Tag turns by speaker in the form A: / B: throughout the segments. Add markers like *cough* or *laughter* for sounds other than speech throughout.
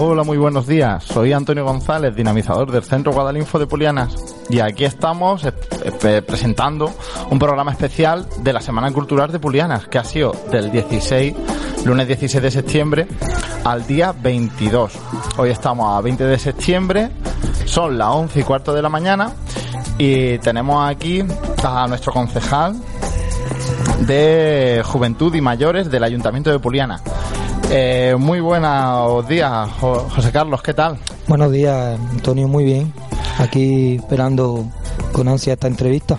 A: Hola, muy buenos días. Soy Antonio González, dinamizador del Centro Guadalinfo de Polianas. Y aquí estamos eh, presentando un programa especial de la Semana Cultural de Polianas, que ha sido del 16, lunes 16 de septiembre, al día 22. Hoy estamos a 20 de septiembre, son las 11 y cuarto de la mañana, y tenemos aquí a nuestro concejal de Juventud y Mayores del Ayuntamiento de Poliana. Eh, muy buenos días, Jo- José Carlos, ¿qué tal?
B: Buenos días, Antonio, muy bien. Aquí esperando con ansia esta entrevista.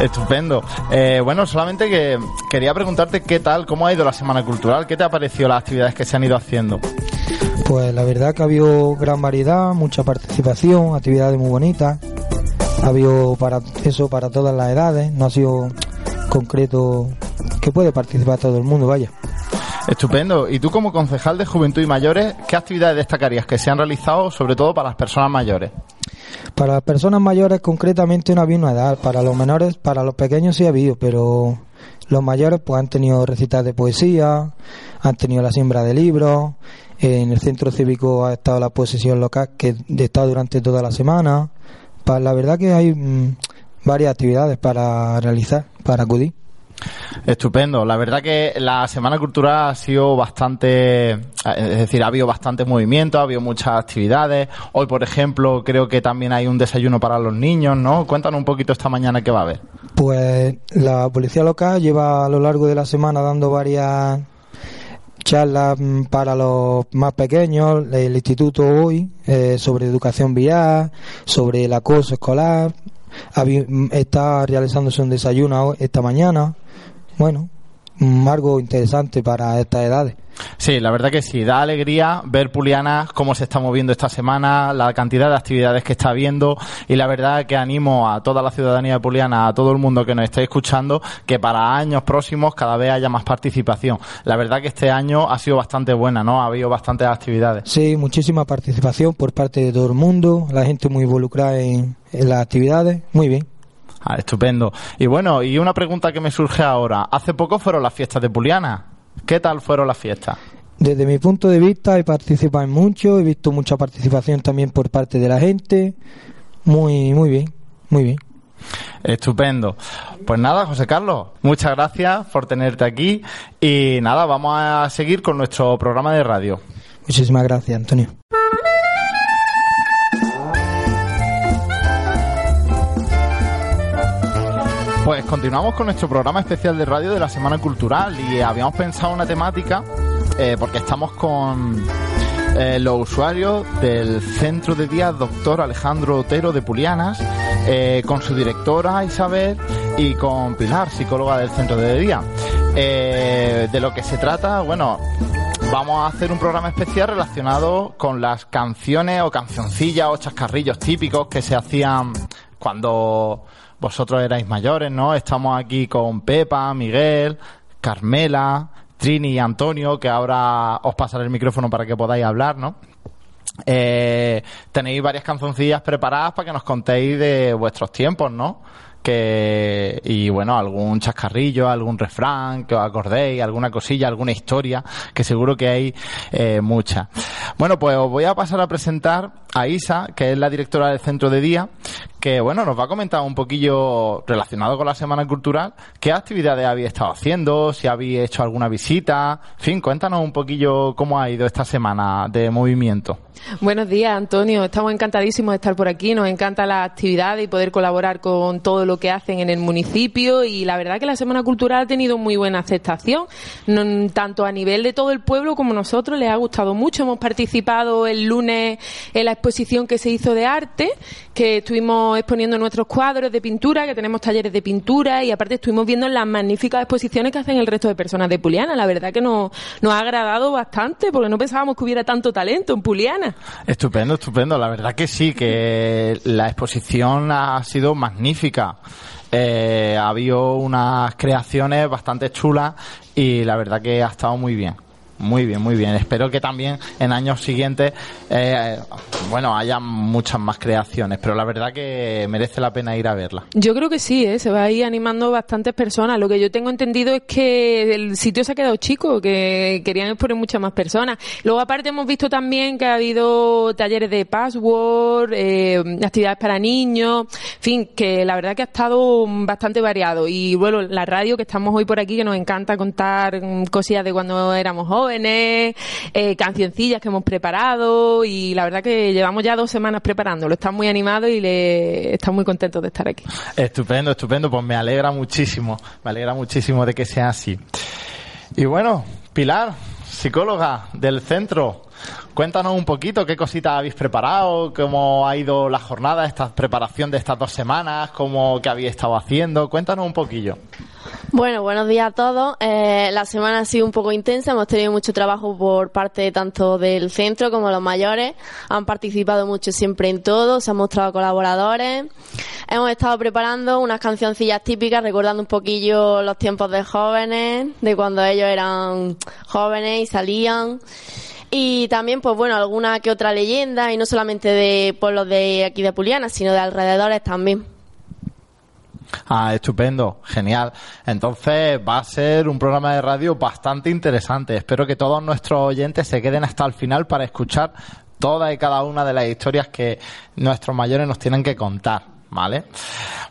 A: Estupendo. Eh, bueno, solamente que quería preguntarte qué tal, cómo ha ido la Semana Cultural, qué te ha parecido las actividades que se han ido haciendo.
B: Pues la verdad que ha habido gran variedad, mucha participación, actividades muy bonitas. Ha habido para eso para todas las edades, no ha sido concreto que puede participar todo el mundo, vaya.
A: Estupendo. Y tú como concejal de Juventud y Mayores, ¿qué actividades destacarías que se han realizado sobre todo para las personas mayores?
B: Para las personas mayores concretamente no había una edad, para los menores, para los pequeños sí ha habido, pero los mayores pues han tenido recitas de poesía, han tenido la siembra de libros, en el centro cívico ha estado la posesión local que está durante toda la semana. Para, la verdad que hay mm, varias actividades para realizar, para acudir.
A: Estupendo. La verdad que la Semana Cultural ha sido bastante, es decir, ha habido bastante movimiento, ha habido muchas actividades. Hoy, por ejemplo, creo que también hay un desayuno para los niños, ¿no? Cuéntanos un poquito esta mañana qué va a haber.
B: Pues la policía local lleva a lo largo de la semana dando varias charlas mm, para los más pequeños, el instituto hoy, eh, sobre educación vial, sobre el acoso escolar. Habi- mm, Está realizándose un desayuno ho- esta mañana. Bueno, mm, algo interesante para estas edades.
A: Sí, la verdad que sí, da alegría ver Pulianas cómo se está moviendo esta semana, la cantidad de actividades que está habiendo y la verdad que animo a toda la ciudadanía de Puliana, a todo el mundo que nos esté escuchando, que para años próximos cada vez haya más participación. La verdad que este año ha sido bastante buena, ¿no? Ha habido bastantes actividades.
B: Sí, muchísima participación por parte de todo el mundo, la gente muy involucrada en- en las actividades. Muy bien.
A: Ah, estupendo. Y bueno, y una pregunta que me surge ahora. Hace poco fueron las fiestas de Puliana. ¿Qué tal fueron las fiestas?
B: Desde mi punto de vista he participado en mucho, he visto mucha participación también por parte de la gente. Muy, muy bien, muy bien.
A: Estupendo. Pues nada, José Carlos, muchas gracias por tenerte aquí y nada, vamos a seguir con nuestro programa de radio.
B: Muchísimas gracias, Antonio.
A: Pues continuamos con nuestro programa especial de radio de la Semana Cultural y habíamos pensado una temática eh, porque estamos con eh, los usuarios del Centro de Día Doctor Alejandro Otero de Pulianas, eh, con su directora Isabel y con Pilar, psicóloga del Centro de Día. Eh, de lo que se trata, bueno, Vamos a hacer un programa especial relacionado con las canciones o cancioncillas o chascarrillos típicos que se hacían cuando vosotros erais mayores, ¿no? Estamos aquí con Pepa, Miguel, Carmela, Trini y Antonio, que ahora os pasaré el micrófono para que podáis hablar, ¿no? Eh, tenéis varias canzoncillas preparadas para que nos contéis de vuestros tiempos, ¿no? Que, y bueno, algún chascarrillo, algún refrán que os acordéis, alguna cosilla, alguna historia, que seguro que hay eh, mucha. Bueno, pues os voy a pasar a presentar a Isa, que es la directora del Centro de Día, que bueno, nos va a comentar un poquillo relacionado con la Semana Cultural, qué actividades habéis estado haciendo, si habéis hecho alguna visita, en fin, cuéntanos un poquillo cómo ha ido esta semana de movimiento.
C: Buenos días, Antonio. Estamos encantadísimos de estar por aquí. Nos encanta la actividad y poder colaborar con todo lo que hacen en el municipio. Y la verdad que la Semana Cultural ha tenido muy buena aceptación, no- tanto a nivel de todo el pueblo como nosotros. Les ha gustado mucho. Hemos participado el lunes en la exposición exposición que se hizo de arte, que estuvimos exponiendo nuestros cuadros de pintura, que tenemos talleres de pintura y aparte estuvimos viendo las magníficas exposiciones que hacen el resto de personas de Puliana. La verdad que nos, nos ha agradado bastante porque no pensábamos que hubiera tanto talento en Puliana.
A: Estupendo, estupendo. La verdad que sí, que la exposición ha sido magnífica. Eh, ha habido unas creaciones bastante chulas y la verdad que ha estado muy bien. Muy bien, muy bien. Espero que también en años siguientes, eh, bueno, haya muchas más creaciones, pero la verdad que merece la pena ir a verla.
C: Yo creo que sí, ¿eh? se va a ir animando bastantes personas. Lo que yo tengo entendido es que el sitio se ha quedado chico, que querían exponer muchas más personas. Luego, aparte, hemos visto también que ha habido talleres de password, eh, actividades para niños, en fin, que la verdad que ha estado bastante variado. Y bueno, la radio que estamos hoy por aquí, que nos encanta contar mm, cosillas de cuando éramos jóvenes. Eh, cancioncillas que hemos preparado y la verdad que llevamos ya dos semanas preparándolo. Están muy animados y le están muy contentos de estar aquí.
A: Estupendo, estupendo. Pues me alegra muchísimo, me alegra muchísimo de que sea así. Y bueno, Pilar, psicóloga del centro, cuéntanos un poquito qué cositas habéis preparado, cómo ha ido la jornada, esta preparación de estas dos semanas, cómo que habéis estado haciendo. Cuéntanos un poquillo.
D: Bueno, buenos días a todos. Eh, la semana ha sido un poco intensa, hemos tenido mucho trabajo por parte tanto del centro como los mayores. Han participado mucho siempre en todo, se han mostrado colaboradores. Hemos estado preparando unas cancioncillas típicas, recordando un poquillo los tiempos de jóvenes, de cuando ellos eran jóvenes y salían. Y también, pues bueno, alguna que otra leyenda, y no solamente de pueblos de aquí de Apuliana, sino de alrededores también.
A: Ah, estupendo, genial. Entonces va a ser un programa de radio bastante interesante. Espero que todos nuestros oyentes se queden hasta el final para escuchar todas y cada una de las historias que nuestros mayores nos tienen que contar. ¿Vale?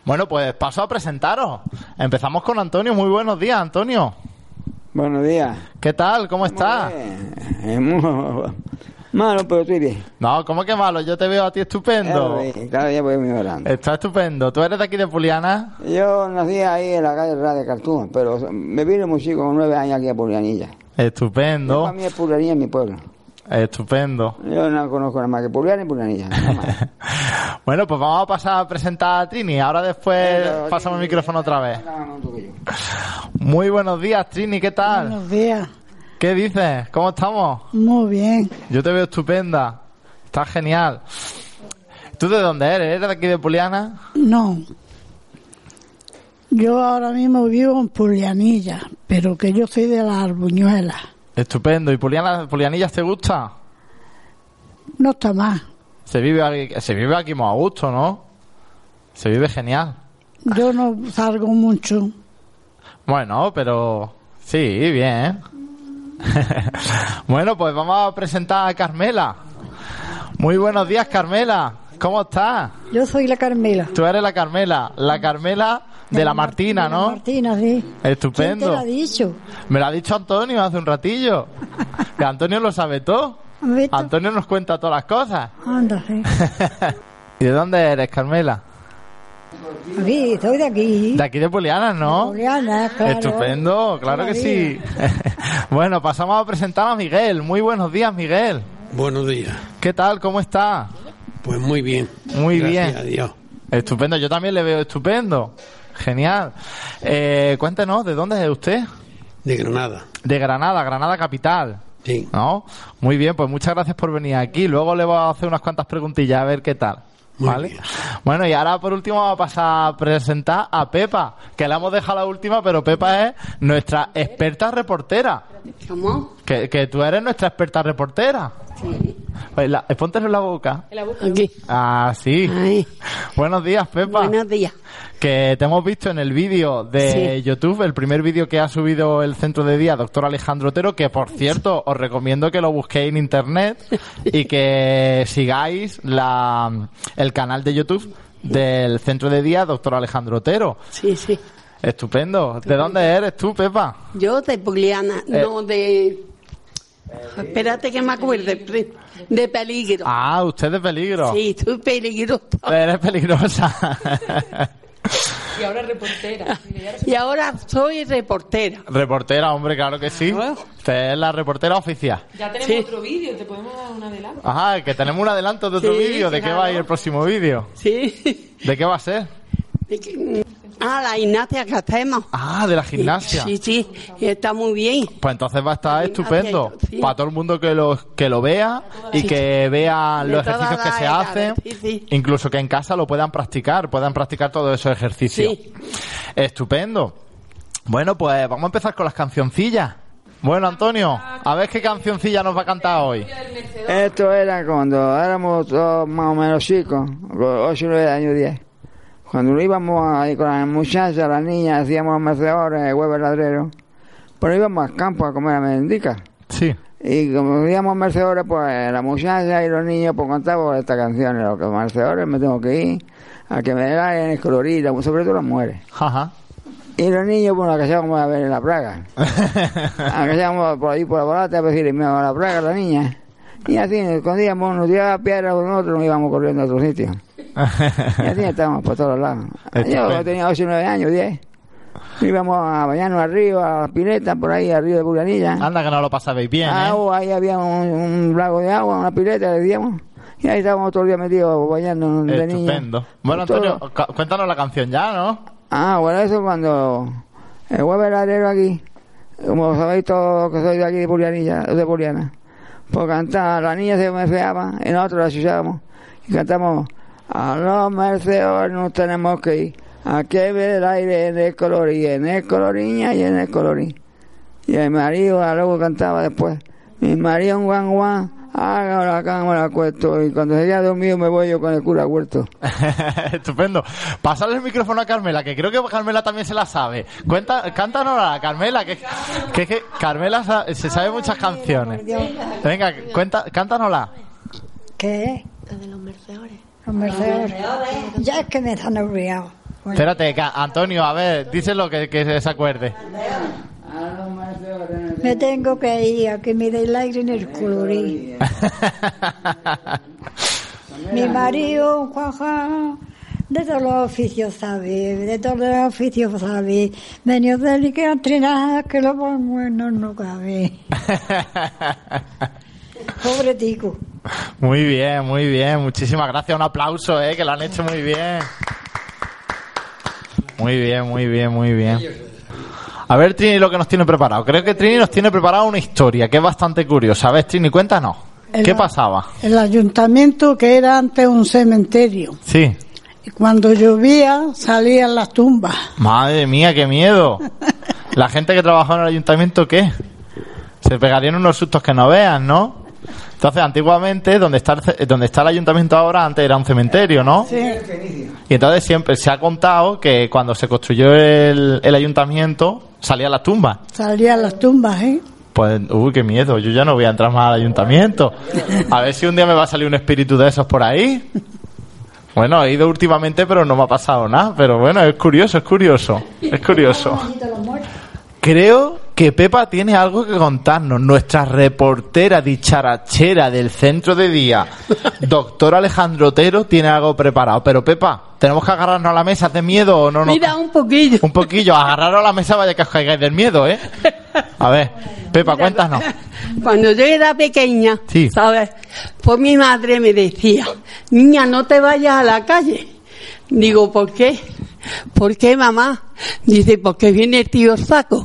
A: Bueno, pues paso a presentaros. Empezamos con Antonio. Muy buenos días, Antonio.
E: Buenos días. Eh,
A: ¿Qué tal? ¿Cómo estás?
E: *laughs* Malo, pero estoy bien.
A: No, ¿cómo que malo? Yo te veo a ti estupendo.
E: Claro, claro ya voy mejorando.
A: Está estupendo. ¿Tú eres de aquí de Puliana?
E: Yo nací ahí en la calle Radio Cartón, pero me vine muy chico con nueve años aquí a Pulianilla.
A: Estupendo. Yo,
E: para mí es Pulianilla en mi pueblo.
A: Estupendo.
E: Yo no conozco nada más que Puliana y Pulianilla.
A: *laughs* bueno, pues vamos a pasar a presentar a Trini. Ahora después pero, pasamos el micrófono otra vez. No, no, muy buenos días, Trini. ¿Qué tal?
F: Buenos días.
A: ¿Qué dices? ¿Cómo estamos?
F: Muy bien.
A: Yo te veo estupenda. Estás genial. ¿Tú de dónde eres? ¿Eres de aquí de Puliana?
F: No. Yo ahora mismo vivo en Pulianilla, pero que yo soy de las Arbuñuelas.
A: Estupendo. ¿Y Puliana, Pulianillas te gusta?
F: No está mal.
A: Se vive aquí, se vive aquí más a gusto, ¿no? Se vive genial.
F: Yo no salgo mucho.
A: Bueno, pero sí, bien. *laughs* ¿eh? bueno, pues vamos a presentar a Carmela. Muy buenos días, Carmela. ¿Cómo estás?
G: Yo soy la Carmela.
A: Tú eres la Carmela, la Carmela de, de la Martina, Martina, ¿Ah, ¿no?
G: Martina, sí.
A: Estupendo. ¿Quién te
G: lo ha dicho?
A: Me lo ha dicho Antonio hace un ratillo. que Antonio lo sabe todo. Antonio nos cuenta todas las cosas. *laughs*
G: Anda, sí.
A: ¿Y de dónde eres, Carmela?
G: Aquí, estoy de aquí.
A: De aquí de Polianas, ¿no?
G: De Polianas, claro.
A: Estupendo, claro Todavía. que sí. *laughs* bueno, pasamos a presentar a Miguel. Muy buenos días, Miguel.
H: Buenos días.
A: ¿Qué tal? ¿Cómo está?
H: Pues muy bien.
A: Muy Gracias bien.
H: A Dios.
A: Estupendo, yo también le veo estupendo. Genial. Eh, cuéntenos, ¿de dónde es usted?
H: De Granada.
A: De Granada, Granada capital.
H: Sí.
A: ¿No? Muy bien, pues muchas gracias por venir aquí. Luego le voy a hacer unas cuantas preguntillas a ver qué tal. Muy ¿Vale? Bien. Bueno, y ahora por último vamos a pasar a presentar a Pepa, que la hemos dejado la última, pero Pepa es nuestra experta reportera.
I: ¿Cómo?
A: Que, que tú eres nuestra experta reportera. Sí. Pues la, en la boca.
I: En la boca. Aquí.
A: Ah, sí. Ay. Buenos días, Pepa.
I: Buenos días.
A: Que te hemos visto en el vídeo de sí. YouTube, el primer vídeo que ha subido el centro de día, doctor Alejandro Otero, que por cierto, os recomiendo que lo busquéis en internet y *laughs* que sigáis la, el canal de YouTube del centro de día, doctor Alejandro Otero.
I: Sí, sí.
A: Estupendo. Estupendo. ¿De dónde eres tú, Pepa?
I: Yo de Pugliana, eh. no de Espérate que me acuerde. De peligro.
A: Ah, usted de peligro.
I: Sí, tú peligroso.
A: Eres peligrosa.
C: Y ahora reportera.
I: Y ahora soy reportera.
A: *laughs* Reportera, hombre, claro que sí. Usted es la reportera oficial.
C: Ya tenemos otro vídeo, te podemos dar un adelanto.
A: Ajá, que tenemos un adelanto de otro
I: Sí,
A: vídeo. ¿De qué va a ir
I: claro.
A: el próximo vídeo?
I: Sí.
A: ¿De qué va a ser?
I: Ah, la gimnasia que hacemos.
A: Ah, de la gimnasia.
I: Sí, sí, y está muy bien.
A: Pues entonces va a estar estupendo
I: sí.
A: para todo el mundo que lo, que lo vea y que vea
I: De
A: los
I: todas
A: ejercicios que
I: las
A: se
I: edades,
A: hacen,
I: sí, sí.
A: incluso que en casa lo puedan practicar, puedan practicar todos esos ejercicios.
I: Sí.
A: Estupendo. Bueno, pues vamos a empezar con las cancioncillas. Bueno, Antonio, a ver qué cancioncilla nos va a cantar hoy.
E: Esto era cuando éramos todos más o menos chicos, 8 o 9 años 10. Cuando íbamos ahí con las muchachas, las niñas, hacíamos mecedores, huevos ladreros. Pero íbamos al campo a comer a mendica.
A: Sí.
E: Y como hacíamos mercedores, pues las muchachas y los niños, pues cantaban estas canciones. Los que mercedores me tengo que ir, a que me den el colorito, sobre todo las mujeres.
I: *laughs*
A: Ajá. *laughs*
E: Y los niños, bueno, a que vamos a ver en la praga. a que vamos por ahí por la barata a decirle, mira, la praga, la niña. Y así nos escondíamos, nos tiraba piedra con otro, nos íbamos corriendo a otro sitio. Y así estábamos por todos lados. Yo
A: Estupendo.
E: tenía 8 9 años, 10. Íbamos a bañarnos arriba, a las piletas, por ahí, arriba de Bulganilla.
A: Anda que no lo pasabais bien,
I: Ah,
A: ¿eh?
E: Agua, ahí había un, un lago de agua, una pileta, le decíamos. Y ahí estábamos todo el día metidos bañándonos de niños.
A: Estupendo. Bueno,
E: Todo.
A: Antonio, cu- cuéntanos la canción ya, ¿no? *laughs*
E: Ah, bueno, eso cuando eh, el huevo heladero aquí, como sabéis todos que soy de aquí de Purianilla, de Puriana, pues cantaba, la niña se meceaba y nosotros la chuchábamos y cantamos, a los merceos nos tenemos que ir, a que ver el aire en el colorín, en el coloriña y en el colorín. Y el marido ah, luego cantaba después, mi marido un guan guan, haga la cama la cuesto y cuando se haya dormido me voy yo con el cura al huerto.
A: Estupendo. Pasarle el micrófono a Carmela, que creo que Carmela también se la sabe. Cuenta, cántanos a Carmela, que, que, que Carmela sa- se sabe muchas canciones. Venga, cuenta, cántanosla.
G: ¿Qué? La de los mercedores. Los mercedores. Ya es que me están aburridos.
A: Espérate, que Antonio, a ver, díselo que, que se acuerde. *laughs*
G: Me tengo que ir a que me dé el aire en el colorín. Mi marido, un Juanjo, de todos los oficios sabe, de todos los oficios sabe. Venido de liquidatrina, que lo bueno no cabe. Pobre tico.
A: Muy bien, muy bien. Muchísimas gracias. Un aplauso, eh, que lo han hecho muy bien. Muy bien, muy bien, muy bien. A ver, Trini, lo que nos tiene preparado. Creo que Trini nos tiene preparado una historia que es bastante curiosa. A ver, Trini, cuéntanos.
F: El-
A: ¿Qué pasaba?
F: El ayuntamiento que era antes un cementerio.
A: Sí.
F: Y cuando llovía salían las tumbas.
A: Madre mía, qué miedo. La gente que trabajaba en el ayuntamiento, ¿qué? Se pegarían unos sustos que no veas, ¿no? Entonces, antiguamente, donde está, el ce- donde está el ayuntamiento ahora, antes era un cementerio, ¿no? Y entonces siempre se ha contado que cuando se construyó el, el ayuntamiento, salían las tumbas.
F: Salían las tumbas, ¿eh?
A: Pues, uy, qué miedo, yo ya no voy a entrar más al ayuntamiento. A ver si un día me va a salir un espíritu de esos por ahí. Bueno, he ido últimamente, pero no me ha pasado nada. Pero bueno, es curioso, es curioso. Es curioso. Creo que Pepa tiene algo que contarnos. Nuestra reportera dicharachera del centro de día, doctor Alejandro Otero, tiene algo preparado. Pero Pepa, ¿tenemos que agarrarnos a la mesa de miedo o no? nos-
I: Mira, un poquillo.
A: un poquillo, agarraros a la mesa vaya que os caigáis del miedo, ¿eh? A ver, Pepa, cuéntanos.
I: Cuando yo era pequeña,
A: Sí.
I: ¿sabes? Pues mi madre me decía, niña, no te vayas a la calle. Digo, ¿por qué? ¿Por qué, mamá? Dice, porque viene el tío Saco.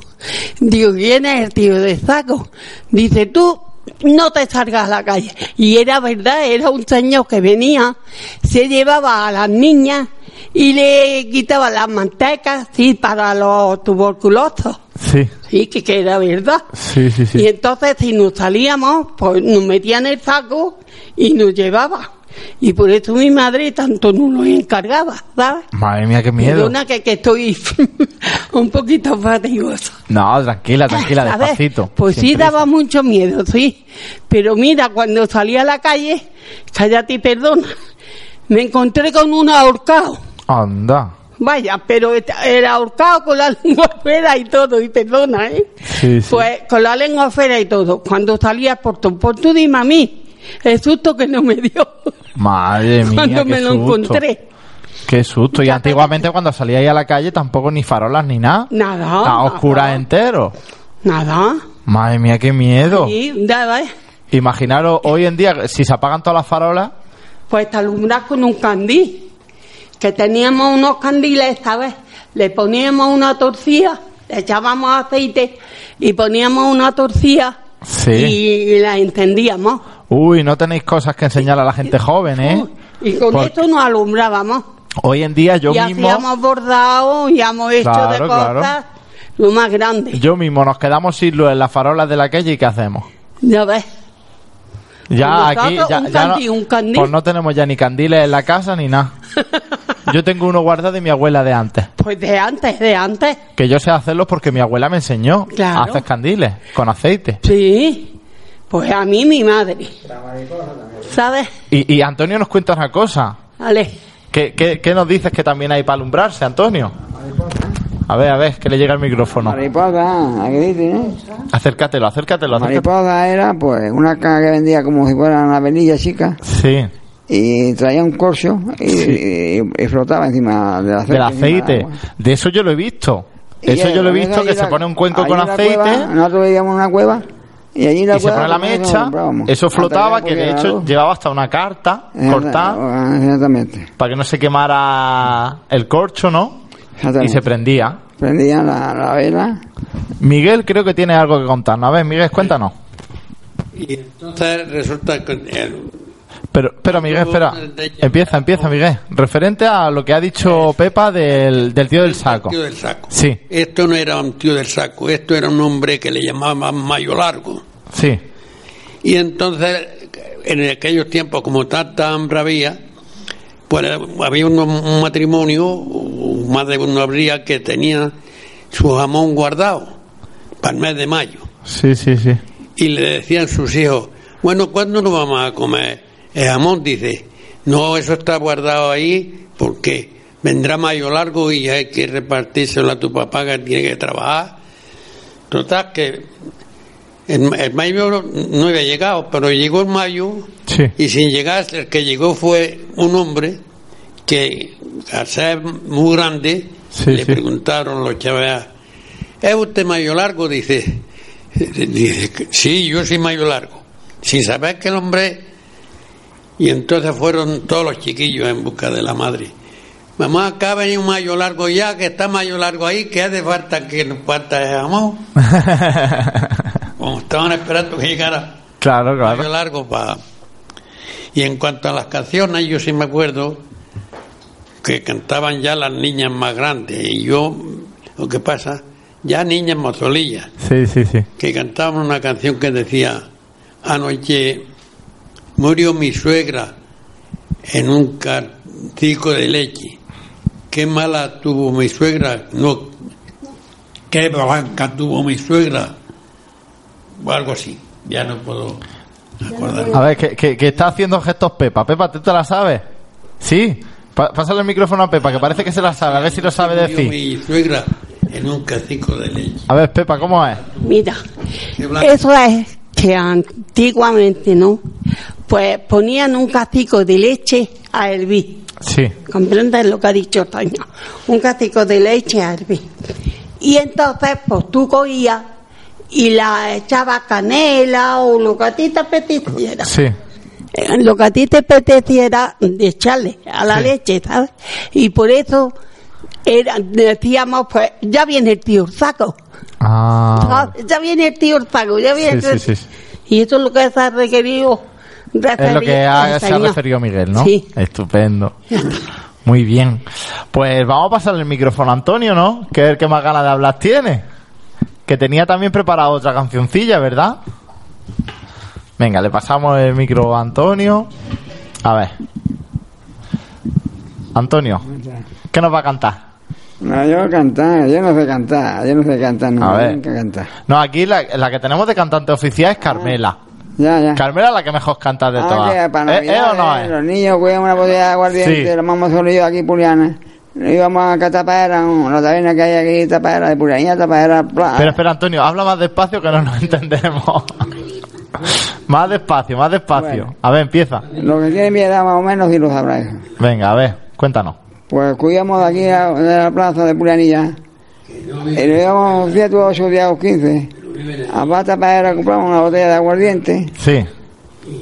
I: Digo, viene el tío de Saco. Dice, tú no te salgas a la calle. Y era verdad, era un señor que venía, se llevaba a las niñas y le quitaba las mantecas, sí, para los tuberculosos.
A: Sí,
I: Sí, que, que era verdad.
A: sí, sí,
I: Y entonces si nos salíamos, pues nos metían el saco y nos llevaba. Y por eso mi madre tanto no nos encargaba, ¿sabes?
A: Madre mía, qué miedo.
I: Perdona que, que estoy *laughs* un poquito fatigosa.
A: No, tranquila,
I: *laughs*
A: tranquila,
I: ¿Sabes?
A: despacito.
I: Pues
A: sin
I: sí,
A: prisa.
I: daba mucho miedo, sí. Pero mira, cuando salí a la calle, cállate y perdona, me encontré con un ahorcado.
A: Anda.
I: Vaya, pero esta- era ahorcado con la *laughs* lengua fuera y todo, y perdona, ¿eh?
A: Sí, sí.
I: Pues con la lengua fuera y todo. Cuando salía por tu, por tu dime a mí, el susto que no me dio
A: Madre mía.
I: cuando
A: qué
I: me lo
A: susto.
I: encontré.
A: Qué susto. Y antiguamente cuando salíais a la calle tampoco ni farolas ni nada.
I: Nada.
A: Estaba oscura entero.
I: Nada.
A: Madre mía, qué miedo.
I: Y nada, ¿eh?
A: Imaginaros hoy en día, si se apagan todas las farolas,
I: Pues te alumbras con un candil. Que teníamos unos candiles esta vez. Le poníamos una torcilla, le echábamos aceite y poníamos una torcilla
A: sí.
I: y la encendíamos.
A: Uy, no tenéis cosas que enseñar a la gente joven, ¿eh?
I: Y con
A: Por-
I: esto nos alumbrábamos.
A: Hoy en día yo
I: y
A: mismo,
I: hacíamos bordado y hemos hecho de
A: Claro,
I: cosas
A: claro.
I: lo más grande.
A: yo mismo nos quedamos sin luz en las farolas de la calle y ¿qué hacemos?
I: Ya ves.
A: Ya
I: Pues
A: aquí,
I: nosotros
A: ya,
I: un
A: ya no-
I: candil, un candil.
A: pues no tenemos ya ni candiles en la casa ni
I: *laughs*
A: nada. Yo tengo uno guardado de mi abuela de antes.
I: Pues de antes, de antes.
A: Que yo sé hacerlos porque mi abuela me enseñó
I: Claro.
A: a hacer candiles con aceite.
I: Sí. Pues a mí mi madre. ¿Sabes?
A: Y, y Antonio nos cuenta una cosa.
I: Ale.
A: ¿Qué, qué, qué nos dices que también hay para alumbrarse, Antonio? A ver, a ver, que le llega el micrófono.
E: Mariposa, aquí dice, ¿eh?
A: Acércatelo, acércatelo, acércatelo.
E: Mariposa era pues una caja que vendía como si fuera una velilla chica
A: Sí,
E: y traía un corcho y, y- y flotaba encima del aceite.
A: del
E: encima del
A: aceite.
E: agua.
A: De eso yo lo he visto.
E: Y
A: Eso
E: ahí,
A: yo lo he
E: en
A: visto,
E: esa
A: que
E: allí
A: se
E: la-
A: pone un cuenco
E: allí
A: con
E: la
A: aceite
E: cueva, nosotros vivíamos en una cueva y allí la
A: y se
E: cueva
A: pone la
E: pues,
A: mecha.
E: alumbrábamos.
A: Eso
E: Hasta
A: flotaba,
E: no
A: que de
E: pudiera la
A: hecho
E: luz.
A: llevaba hasta una carta cortada
E: Exacta- Exactamente.
A: para que no se quemara el corcho, ¿no? Y
E: Exactamente.
A: se prendía.
E: Prendían la, la vela.
A: Miguel creo que tiene algo que contarnos. A ver, Miguel, cuéntanos.
H: Y entonces resulta que el-
A: Pero, pero Miguel, espera. Empieza, empieza, Miguel. Referente a lo que ha dicho Pepa del, del tío del saco.
H: tío del saco.
A: Oh. Sí,
H: Esto no era un tío del saco, esto era un hombre que le llamaban Mayo Largo.
A: sí.
H: Y entonces, en aquellos tiempos, como tanta hambre había, pues había un, un matrimonio, o más de uno habría, que tenía su jamón guardado para el mes de mayo.
A: Sí, sí, sí.
H: Y le decían sus hijos, bueno, ¿cuándo nos vamos a comer el jamón? Dice, no, eso está guardado ahí porque vendrá mayo largo y hay que repartírselo a tu papá que tiene que trabajar. Total, que el, el mayo no había llegado, pero llegó el mayo
A: Sí.
H: y sin llegar, el que llegó fue un hombre que, al ser muy grande,
A: Sí,
H: le
A: sí.
H: preguntaron los chavales, ¿es usted mayo largo? Dice, dice, sí, yo soy mayo largo. Sin saber que el hombre... Y entonces fueron todos los chiquillos en busca de la madre. Mamá, acá venía un mayo largo ya, que está mayo largo ahí, que hace falta que nos falta de
A: *laughs*
H: jamón. Como estaban esperando que llegara
A: *laughs* claro,
H: Mayo
A: claro.
H: largo pa- Y en cuanto a las canciones, yo sí me acuerdo que cantaban ya las niñas más grandes. Y yo, lo que pasa, ya niñas mozolillas,
A: Sí, sí, sí.
H: que cantaban una canción que decía, anoche murió mi suegra en un cartico de leche. Qué mala tuvo mi suegra, no, qué blanca tuvo mi suegra, o algo así. Ya no puedo acordar.
A: A ver, que, que, que está haciendo gestos Pepa. Pepa, ¿tú te la sabes? Sí. Pa- pásale el micrófono a Pepa, que parece que se la sabe. A ver si lo sabe
H: Murió
A: decir.
H: Mi suegra en un cacico de leche.
A: A ver, Pepa, ¿cómo es?
I: Mira,
H: Qué blanco.
I: eso es que antiguamente, ¿no? Pues ponían un cacico de leche a hervir.
A: Sí.
I: ¿Comprendes lo que ha dicho Toño? Un cacico de leche a hervir. Y entonces, pues tú cogías y la echabas canela o lo que a ti te apeteciera.
A: Sí.
I: Eh, Lo que a ti te apeteciera de echarle a la
A: Sí.
I: leche, ¿sabes? Y por eso era- decíamos, pues, ya viene el tío saco.
A: Ah.
I: Ah, ya viene el tío Ortago, ya viene
A: Sí,
I: el-
A: sí, sí.
I: Y esto es lo que se ha requerido.
A: Es lo que ha-
I: al
A: se ha
I: Señor.
A: referido Miguel, ¿no?
I: Sí.
A: Estupendo. Muy bien. Pues vamos a pasarle el micrófono a Antonio, ¿no? Que es el que más ganas de hablar tiene. Que tenía también preparada otra cancioncilla, ¿verdad? Venga, le pasamos el micro a Antonio. A ver. Antonio, ¿qué nos va a cantar?
E: No, yo cantar, yo no sé cantar, yo no sé cantar, no,
A: A ver.
E: nunca cantar.
A: No, aquí la, la que tenemos de cantante oficial es Carmela.
E: Ya, ya.
A: Carmela es la que mejor canta de
E: Ah,
A: todas.
E: que para
A: ¿Eh, eh o no
E: Navidades,
A: es?
E: Los niños cuidan una botella de aguardiente,
A: Sí.
E: los mamás sonidos aquí Puliana. Íbamos acá a Tapaera, la taberna que hay aquí, Tapaera, de Puliana, Tapaera, bla.
A: Espera, espera, Antonio, habla más despacio que no nos *laughs* entendemos. más despacio, más despacio.
E: Bueno.
A: A ver, empieza.
E: Lo que tiene mi edad más o menos, si lo sabrá eso.
A: Venga, a ver, cuéntanos.
E: Pues cuidamos de aquí a- de la plaza de Pulianilla. Y nos íbamos 7 u 8 días o 15. A Bata Paera compramos una botella de aguardiente.
A: Sí.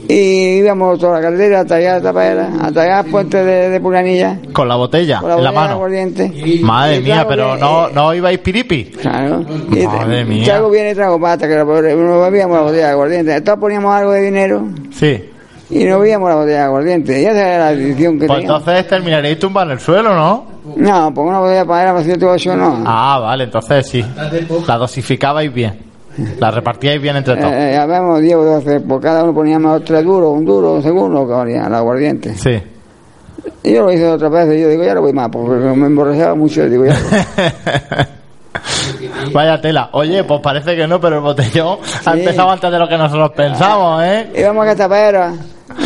E: Y íbamos toda la carretera hasta allá, hasta Paera, hasta allá al puente de, de Pulianilla.
A: Con la botella
E: Con la
A: en la
E: botella de
A: mano.
E: aguardiente.
A: Madre
E: Y
A: mía,
E: claro
A: pero
E: que-
A: no, no ibais piripi.
E: Claro. Y este,
A: Madre mía.
E: Trago viene y trago pata, que nos bebíamos la botella de aguardiente. Entonces poníamos algo de dinero
A: Sí.
E: y nos bebíamos la botella de aguardiente. Y esa era la decisión que
A: Pues
E: teníamos.
A: entonces terminaréis tumbado en el suelo, ¿no?
E: No, pues una botella para era para 7 u 8 no.
A: Ah, vale, entonces sí. La dosificabais bien. La repartíais bien entre todos.
E: Eh, eh, habíamos 10 o 12, por cada uno poníamos tres duros, un duro, según lo que valía, el aguardiente.
A: Sí. *laughs*
E: Y yo lo hice otra vez, y yo digo, ya no voy más, porque me emborrachaba mucho, y digo,
A: *laughs*
E: ya. no.
A: Vaya tela. Oye, pues parece que no, pero el botellón ha
E: Sí.
A: empezado antes de lo que nosotros pensamos, ¿eh?
E: Íbamos a Catapera,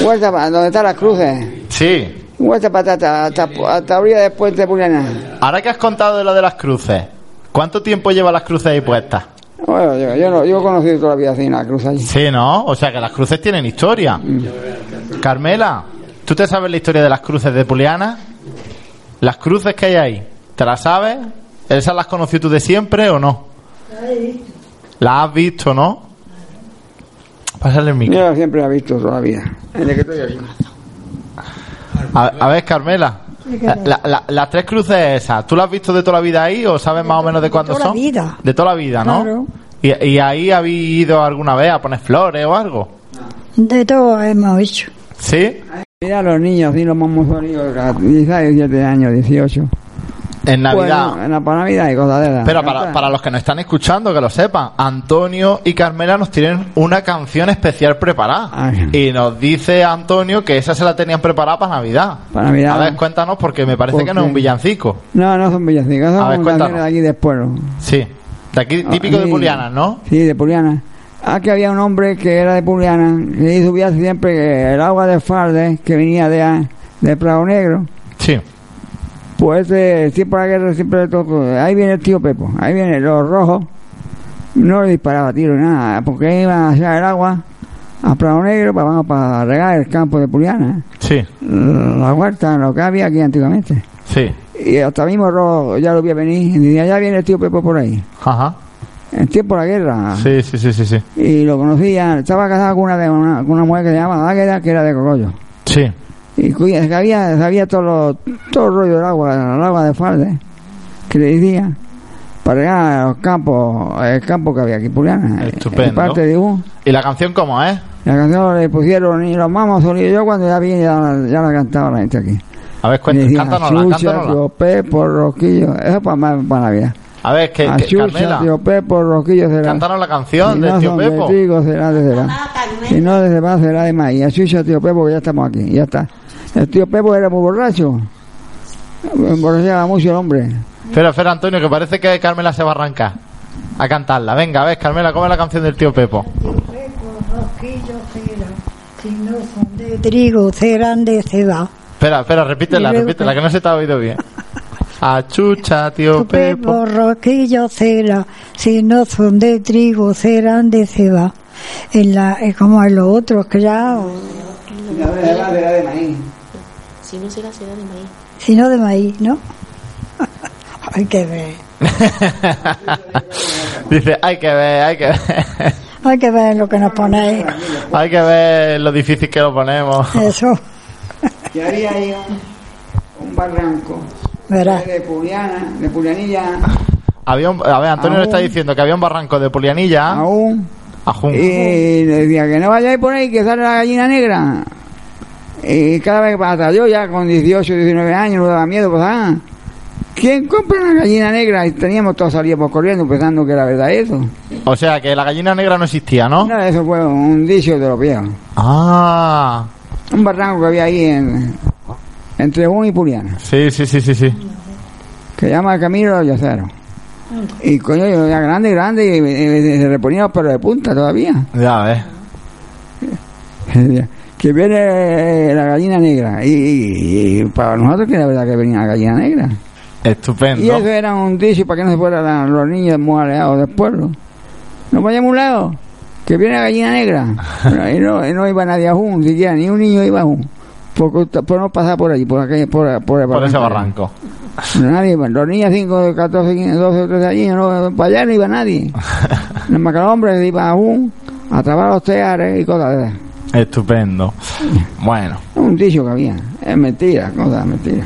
E: vuelta para donde están las cruces,
A: Sí.
E: vuelta patata, hasta, hasta orilla del puente de Puliana.
A: Ahora que has contado de lo de las cruces, ¿cuánto tiempo lleva las cruces ahí puestas?
E: Bueno, yo, yo, no, yo he conocido toda la vida así, la cruz allí.
A: Sí, ¿no? O sea que las cruces tienen historia. Carmela, ¿tú te sabes la historia de las cruces de Puliana? Las cruces que hay ahí, ¿te las sabes? ¿Esas las conoció tú de siempre o no? Las has visto, ¿no? Pásale el micro.
E: Yo siempre la he visto toda la vida. Desde que estoy aquí.
A: A, a ver, Carmela. la- la- las tres cruces esas, ¿tú las has visto de toda la vida ahí o sabes más o menos de cuándo
G: toda la
A: son?
G: vida.
A: De toda la vida, ¿no?
G: Claro.
A: Y, y ahí habéis ido alguna vez a poner flores o algo.
G: De todo hemos hecho.
A: ¿Sí?
E: Mira los niños, así los más mozonidos, 16, 17 años, 18.
A: En Navidad.
E: Bueno, en la para Navidad y cosas de esas.
A: Pero para, para los que nos están escuchando, que lo sepan, Antonio y Carmela nos tienen una canción especial preparada.
E: Ay.
A: Y nos dice Antonio que esa se la tenían preparada para Navidad.
E: Para Navidad.
A: A ver, cuéntanos, porque me parece
E: ¿Por
A: que no es
E: qué?
A: un villancico.
E: No, no son villancicos,
A: A ver,
E: son canciones
A: cuéntanos.
E: de aquí del pueblo.
A: Sí. De aquí, típico de
E: Sí.
A: Pulianas, ¿no?
E: Sí, de Puliana. Aquí había un hombre que era de Puliana y subía siempre el agua de Farde que venía de, de Prado Negro.
A: Sí.
E: Pues eh, siempre la guerra, siempre le tocó. Ahí viene el tío Pepo, ahí viene los rojos. No le disparaba tiro ni nada, porque iban hacia el agua a Prado Negro para, para regar el campo de Puliana,
A: Sí.
E: la huerta, lo que había aquí antiguamente.
A: Sí.
E: Y hasta mismo rojo ya lo vi venir y decía, ya viene el tío Pepo por ahí.
A: Ajá.
E: En tiempo de la guerra.
A: Sí, sí, sí, sí, sí.
E: y lo conocía, estaba casado con una, de, una, con una mujer que se llamaba Águeda, que era de Cogollo.
A: Sí.
E: Y cuya- sabía, sabía todo, lo- todo el rollo del agua, el agua de Falde, que le decía, para llegar a los campos, el campo que había aquí, Puliana,
A: Estupendo.
E: en parte de U.
A: ¿Y la canción cómo es?
E: La canción le pusieron y los mamos sonido yo cuando ya vi, ya, la- ya la cantaba la gente aquí.
A: A ver,
E: Y
A: cuéntanos,
E: decía,
A: cántanosla,
E: "Achucha,
A: cántanosla.
E: tío Pepo, Roquillo, eso para, más- para Navidad.
A: A ver, que, que-
E: Achucha,
A: Carmela,
E: tío Pepo, Roquillo, será.
A: cántanos la
E: Si
A: canción
E: no
A: del tío
E: son de
A: Pepo.
E: trigo, será de cebada. Si no de cebada, será de maíz. Así ya, tío Pepo, que ya estamos aquí. Ya está. El tío Pepo era muy borracho. Emborrachaba mucho el hombre.
A: Espera, espera, Antonio, que parece que Carmela se va a arrancar a cantarla. Venga, a ver, Carmela, ¿cómo es la canción del tío Pepo?
G: Si no son de trigo, serán de cebada.
A: Espera, espera, repítela,
G: Y luego-
A: repítela, que no se te ha oído bien. Achucha, tío
G: Tu
A: Pepo. *laughs*
G: Pepo, roquillo, cera. Si no son de trigo, serán de cebada. En la, es como en los otros, que ya.
E: Era de maíz.
D: Si no será, será de maíz.
G: Si no de maíz, ¿no? *laughs* Hay que ver.
A: Dice, hay que ver, hay que ver.
G: Hay que ver lo que nos ponéis.
A: Hay que ver lo difícil que lo ponemos.
G: Eso,
E: Y había ahí un, un barranco
G: verás.
E: de Puliana, de Pulianilla,
A: Había un- a ver, Antonio le está
E: Aún.
A: diciendo que había un barranco de Pulianilla.
E: aún.
A: Ajún.
E: Y le decía que no vayáis por ahí, que sale la gallina negra. Y cada vez que pasa, yo ya con 18, 19 años, no daba miedo, pues ah, ¿quién compra una gallina negra? Y teníamos todos salíamos corriendo pensando que era verdad eso.
A: O sea, que la gallina negra no existía, ¿no?
E: No, eso fue un dicho de los viejos.
A: Ah,
E: Un barranco que había ahí en, entre Uno y Puriana,
A: sí, sí, sí, sí, sí.
E: que llama el Camino de los Yaceros. Y coño, yo era grande, grande, y, y- y se le ponían los pelos de punta todavía.
A: Ya ves.
E: *laughs* que viene eh, la gallina negra. Y, y- y para nosotros que era verdad que venía la gallina negra. Y
A: Estupendo.
E: eso era un dicho para que no se fueran la- los niños muy alejados del pueblo. Nos vayamos a un lado,
A: *laughs*
E: que viene la gallina negra. Bueno, y, no, y no iba nadie aún, siquiera, ni un niño iba aún. por, culpa- por no pasar por allí, por, aquella, por, por, el
A: Por ese barranco.
E: barranco. Nadie, iba. los niños 5, 14, 15, 12, 13 años, no, para allá no iba
A: *laughs*
E: nadie. Los macalombres iban aún a trabar los teares y cosas de esas.
A: Estupendo. Bueno.
E: Un dicho que había. Es mentira, cosa mentira.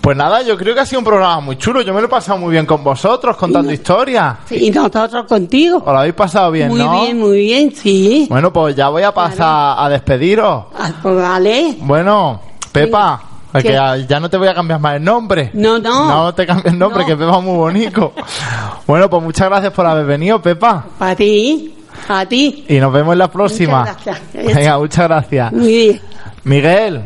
A: Pues nada, yo creo que ha sido un programa muy chulo. Yo me lo he pasado muy bien con vosotros, contando historias.
I: Y nosotros contigo.
A: ¿Os lo habéis pasado bien,
I: muy
A: no?
I: bien, muy bien, sí.
A: Bueno, pues ya voy a pasar a despediros.
I: Ah, pues vale.
A: Bueno, Pepa,
I: Venga.
A: que
I: ¿Qué?
A: ya- ya no te voy a cambiar más el nombre.
I: No, no.
A: No te cambies el nombre,
I: No.
A: que Pepa es muy
I: *laughs*
A: bonito. bueno, pues muchas gracias por haber venido, Pepa.
I: Para ti, a ti.
A: Y nos vemos en la próxima.
I: Muchas gracias.
A: Venga, muchas gracias.
I: Muy bien.
A: Miguel,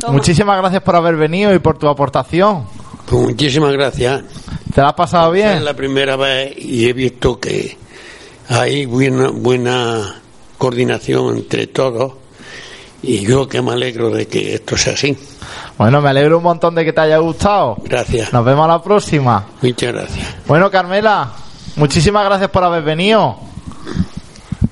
I: Toma.
A: muchísimas gracias por haber venido y por tu aportación.
H: Pues muchísimas gracias. ¿eh?
A: ¿Te la has pasado
H: Es
A: bien?
H: la primera vez y he visto que hay buena, buena coordinación entre todos y yo que me alegro de que esto sea así.
A: Bueno, me alegro un montón de que te haya gustado.
H: Gracias.
A: Nos vemos a la próxima.
H: Muchas gracias.
A: Bueno, Carmela, muchísimas gracias por haber venido.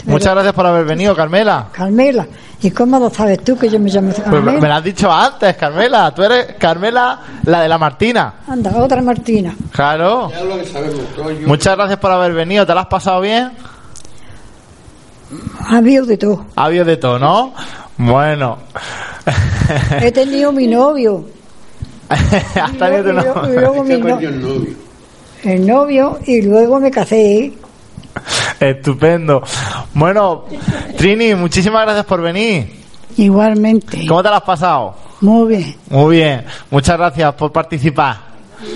A: Muchas gracias por haber venido, Carmela.
G: Carmela, ¿y cómo lo sabes tú que yo me llamo
A: Pues me me
G: Carmela?
A: lo has dicho antes, Carmela. Tú eres Carmela, la de la Martina.
G: Anda, otra Martina.
A: Claro.
H: lo que sabemos todos.
A: Muchas gracias por haber venido. ¿Te la has pasado bien?
G: Ha habido de
A: *laughs*
G: todo.
A: Ha habido de todo, ¿no? Bueno. *laughs*
G: He tenido mi novio,
A: *laughs* Has tenido tu
G: Y luego-
A: nombre.
G: y luego mi no- el novio, y luego me casé.
A: Estupendo. Bueno, Trini, muchísimas gracias por venir.
F: Igualmente.
A: ¿Cómo te la has pasado?
F: Muy bien.
A: Muy bien. Muchas gracias por participar.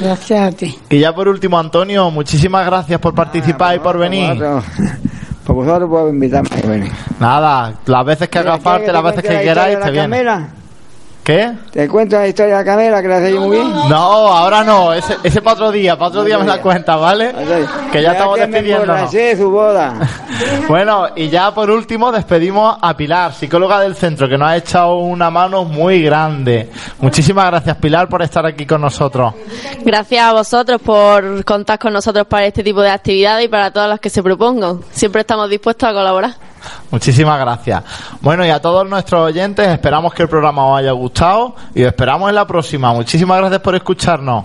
F: Gracias a ti.
A: Y ya por último, Antonio, muchísimas gracias por
E: Ah,
A: participar y por venir.
E: Vosotros- *laughs* Por vosotros puedo invitarme a que venir.
A: Nada, las veces que haga parte, las veces que queráis, te viene. ¿Qué?
E: Te cuento la historia de la camela, que la hacéis muy bien.
A: No, ahora no, ese, ese para otro día, para otro día me la cuenta, ¿vale? Que ya estamos
E: me
A: despidiéndonos.
E: emborraché su boda.
A: Bueno, y ya por último despedimos a Pilar, psicóloga del centro, que nos ha echado una mano muy grande. Muchísimas gracias, Pilar, por estar aquí con nosotros.
D: Gracias a vosotros por contar con nosotros para este tipo de actividades y para todas las que se propongan. Siempre estamos dispuestos a colaborar.
A: Muchísimas gracias. Bueno, y a todos nuestros oyentes, esperamos que el programa os haya gustado y os esperamos en la próxima. Muchísimas gracias por escucharnos.